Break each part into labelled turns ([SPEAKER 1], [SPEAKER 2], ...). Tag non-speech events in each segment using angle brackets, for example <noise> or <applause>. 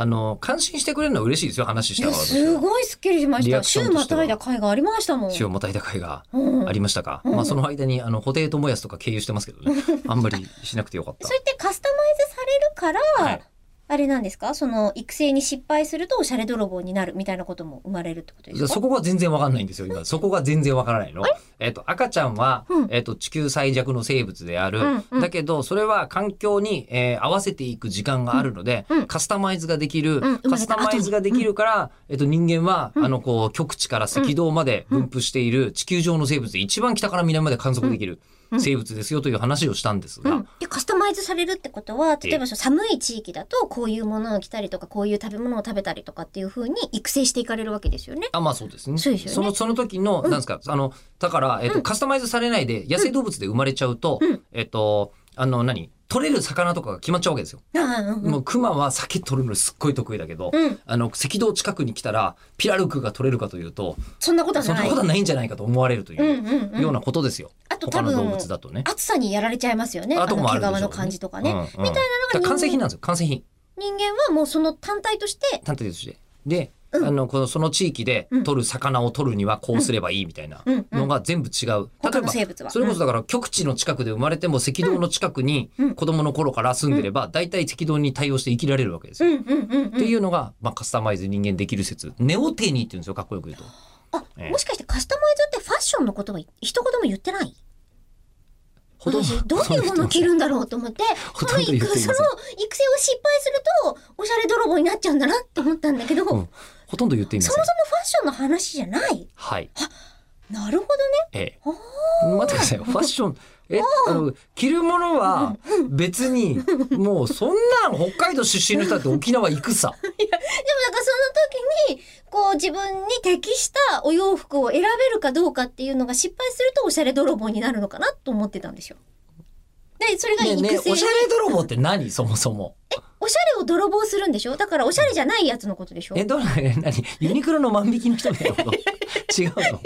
[SPEAKER 1] あの、感心してくれるのは嬉しいですよ、話した
[SPEAKER 2] や
[SPEAKER 1] ら。
[SPEAKER 2] すごいスッキリしまし
[SPEAKER 1] リ
[SPEAKER 2] た。
[SPEAKER 1] アクショ
[SPEAKER 2] 週
[SPEAKER 1] ンと
[SPEAKER 2] ま
[SPEAKER 1] して
[SPEAKER 2] た
[SPEAKER 1] はい
[SPEAKER 2] だ回がありましたもん。
[SPEAKER 1] 私をまたいだ会が
[SPEAKER 2] うん
[SPEAKER 1] ありましたか。まあ、その間に、あの、布袋寅泰とか経由してますけど
[SPEAKER 2] <laughs>
[SPEAKER 1] ね。あんまりしなくてよかった
[SPEAKER 2] そ。れってカスタマイズされるから、
[SPEAKER 1] はい
[SPEAKER 2] あれなんですかその育成に失敗するとおしゃれ泥棒になるみたいなことも生まれるってことですか
[SPEAKER 1] そこが全然わかんないんですよ、今。そこが全然わからないの。えっと、赤ちゃんは
[SPEAKER 2] うん、
[SPEAKER 1] えっと、地球最弱の生物である
[SPEAKER 2] うんう。ん
[SPEAKER 1] だけど、それは環境に、えー合わせていく時間があるので
[SPEAKER 2] うんうん、
[SPEAKER 1] カスタマイズができる
[SPEAKER 2] ん生まれ。た
[SPEAKER 1] カスタマイズができるから、えっと、人間は、あの、こう、極地から赤道まで分布している地球上の生物で一番北から南まで観測できる生物ですよという話をしたんです
[SPEAKER 2] う
[SPEAKER 1] が
[SPEAKER 2] ん、、でカスタマイズされるってことは例えばその寒い地域だとこういうものを着たりとかこういう食べ物を食べたりとかっていうふうに育成していかれるわけですよね。
[SPEAKER 1] あ、まあそうですね。
[SPEAKER 2] そうですよね
[SPEAKER 1] の、その時の、なんですか、あの、だから、えっと、カスタマイズされないで、野生動物で生まれちゃうと、えっと、あの、何取れる魚とかが決まっちゃうわけですよ。
[SPEAKER 2] ああうんうん
[SPEAKER 1] もう、熊は酒取るのすっごい得意だけど、
[SPEAKER 2] うん
[SPEAKER 1] あの、赤道近くに来たら、ピラルクが取れるかというと、
[SPEAKER 2] そんなことは
[SPEAKER 1] そんな
[SPEAKER 2] ない
[SPEAKER 1] ことはないんじゃないかと思われるという、
[SPEAKER 2] うんうんうん
[SPEAKER 1] ようなことですよ。
[SPEAKER 2] あと
[SPEAKER 1] 他
[SPEAKER 2] 多
[SPEAKER 1] の
[SPEAKER 2] 分
[SPEAKER 1] 動物だとね。
[SPEAKER 2] 暑さにやられちゃいますよね
[SPEAKER 1] あ
[SPEAKER 2] あ
[SPEAKER 1] と
[SPEAKER 2] の
[SPEAKER 1] もある
[SPEAKER 2] 毛
[SPEAKER 1] でしょうね
[SPEAKER 2] 皮の感じとかね。
[SPEAKER 1] うんうん
[SPEAKER 2] みたいなの
[SPEAKER 1] だ
[SPEAKER 2] が人
[SPEAKER 1] から
[SPEAKER 2] 間
[SPEAKER 1] 完成品なんですよ、完成品。
[SPEAKER 2] 人間はもうその単体として
[SPEAKER 1] 探偵として。で、あの、この、その地域で
[SPEAKER 2] ん
[SPEAKER 1] 取る魚を取るにはこうすればいいみたいな
[SPEAKER 2] うんうん
[SPEAKER 1] のが全部違う。
[SPEAKER 2] 他の生物は
[SPEAKER 1] それこそだから極地の近くで生まれても赤道の近くに
[SPEAKER 2] うん
[SPEAKER 1] 子供の頃から住んでれば、大体赤道に対応して生きられるわけです
[SPEAKER 2] うん
[SPEAKER 1] よ。
[SPEAKER 2] うんうんうん
[SPEAKER 1] っていうのが、まあ、カスタマイズ人間できる説。ネオテニーって言うんですよ、かっこよく言うと。
[SPEAKER 2] あ、
[SPEAKER 1] ええ
[SPEAKER 2] もしかしてカスタマイズってファッションのことは一言も言ってない
[SPEAKER 1] ほとん
[SPEAKER 2] 私
[SPEAKER 1] ど
[SPEAKER 2] どういうものを着るんだろうと思って、
[SPEAKER 1] ほ
[SPEAKER 2] そ
[SPEAKER 1] と
[SPEAKER 2] の
[SPEAKER 1] んど
[SPEAKER 2] 育
[SPEAKER 1] 言って
[SPEAKER 2] 成
[SPEAKER 1] い
[SPEAKER 2] を
[SPEAKER 1] ません
[SPEAKER 2] 失敗すると、おしゃれ泥棒になっちゃうんだなって思ったんだけど、そ
[SPEAKER 1] ほとんど、う
[SPEAKER 2] も
[SPEAKER 1] ん、 <laughs> ほとんど言っていませ
[SPEAKER 2] そ
[SPEAKER 1] ん。
[SPEAKER 2] もファッションの話じゃない。
[SPEAKER 1] はい。
[SPEAKER 2] なるほど
[SPEAKER 1] ええ。待ってください。ファッション、え、あの、着るものは別に、もうそんなん北海道出身の人だって沖縄行くさ。
[SPEAKER 2] ね。でもなんかその時に、こう自分に適したお洋服を選べるかどうかっていうのが失敗するとおしゃれ泥棒になるのかなと思ってたんですよ。で、それが
[SPEAKER 1] ねえ
[SPEAKER 2] 育成に、
[SPEAKER 1] ねえおしゃれ泥棒って何 <laughs> そもそも。
[SPEAKER 2] おしゃれを泥棒するんでしょだからおしゃれじゃないやつのことでしょ
[SPEAKER 1] え、どうな <laughs> のえ何ユニクロの万引きの人み
[SPEAKER 2] <laughs>
[SPEAKER 1] たいなこと違うの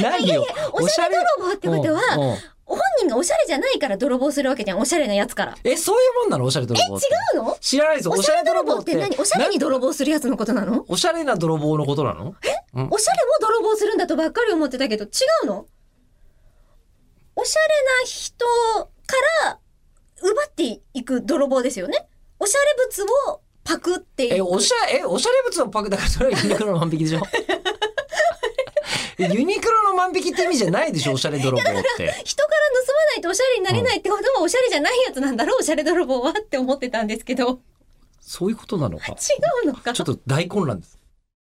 [SPEAKER 1] 何よ
[SPEAKER 2] おしゃれ泥棒ってことは
[SPEAKER 1] うんうん
[SPEAKER 2] 本人がおしゃれじゃないから泥棒するわけじゃん。おしゃれなやつから。
[SPEAKER 1] え、そういうもんなのおしゃれ泥棒って。
[SPEAKER 2] 違うの
[SPEAKER 1] 知らないですよ。
[SPEAKER 2] お
[SPEAKER 1] おし
[SPEAKER 2] しゃ
[SPEAKER 1] ゃ
[SPEAKER 2] れ
[SPEAKER 1] れ
[SPEAKER 2] 泥
[SPEAKER 1] 泥
[SPEAKER 2] 棒
[SPEAKER 1] 棒
[SPEAKER 2] っ
[SPEAKER 1] ってて
[SPEAKER 2] 何おしゃれに泥
[SPEAKER 1] なん
[SPEAKER 2] 棒するやつのことなの
[SPEAKER 1] おしゃれな泥棒のことなのうん
[SPEAKER 2] おしゃれも泥棒するんだとばっかり思ってたけど、違うのおしゃれな人から奪っていく泥棒ですよねおしゃれ物をパクってい
[SPEAKER 1] え、
[SPEAKER 2] う。
[SPEAKER 1] おしゃれ、え、おしゃれ物のパクだからそれはユ <laughs> ニクロの万引きでしょえユニクロの万引きって意味じゃないでしょおしゃれ泥棒って。
[SPEAKER 2] 人から盗まないとおしゃれになれないってことはおしゃれじゃないやつなんだろうおしゃれ泥棒はって思ってたんですけど。
[SPEAKER 1] そういうことなのか。
[SPEAKER 2] 違うのか
[SPEAKER 1] ちょっと大混乱です。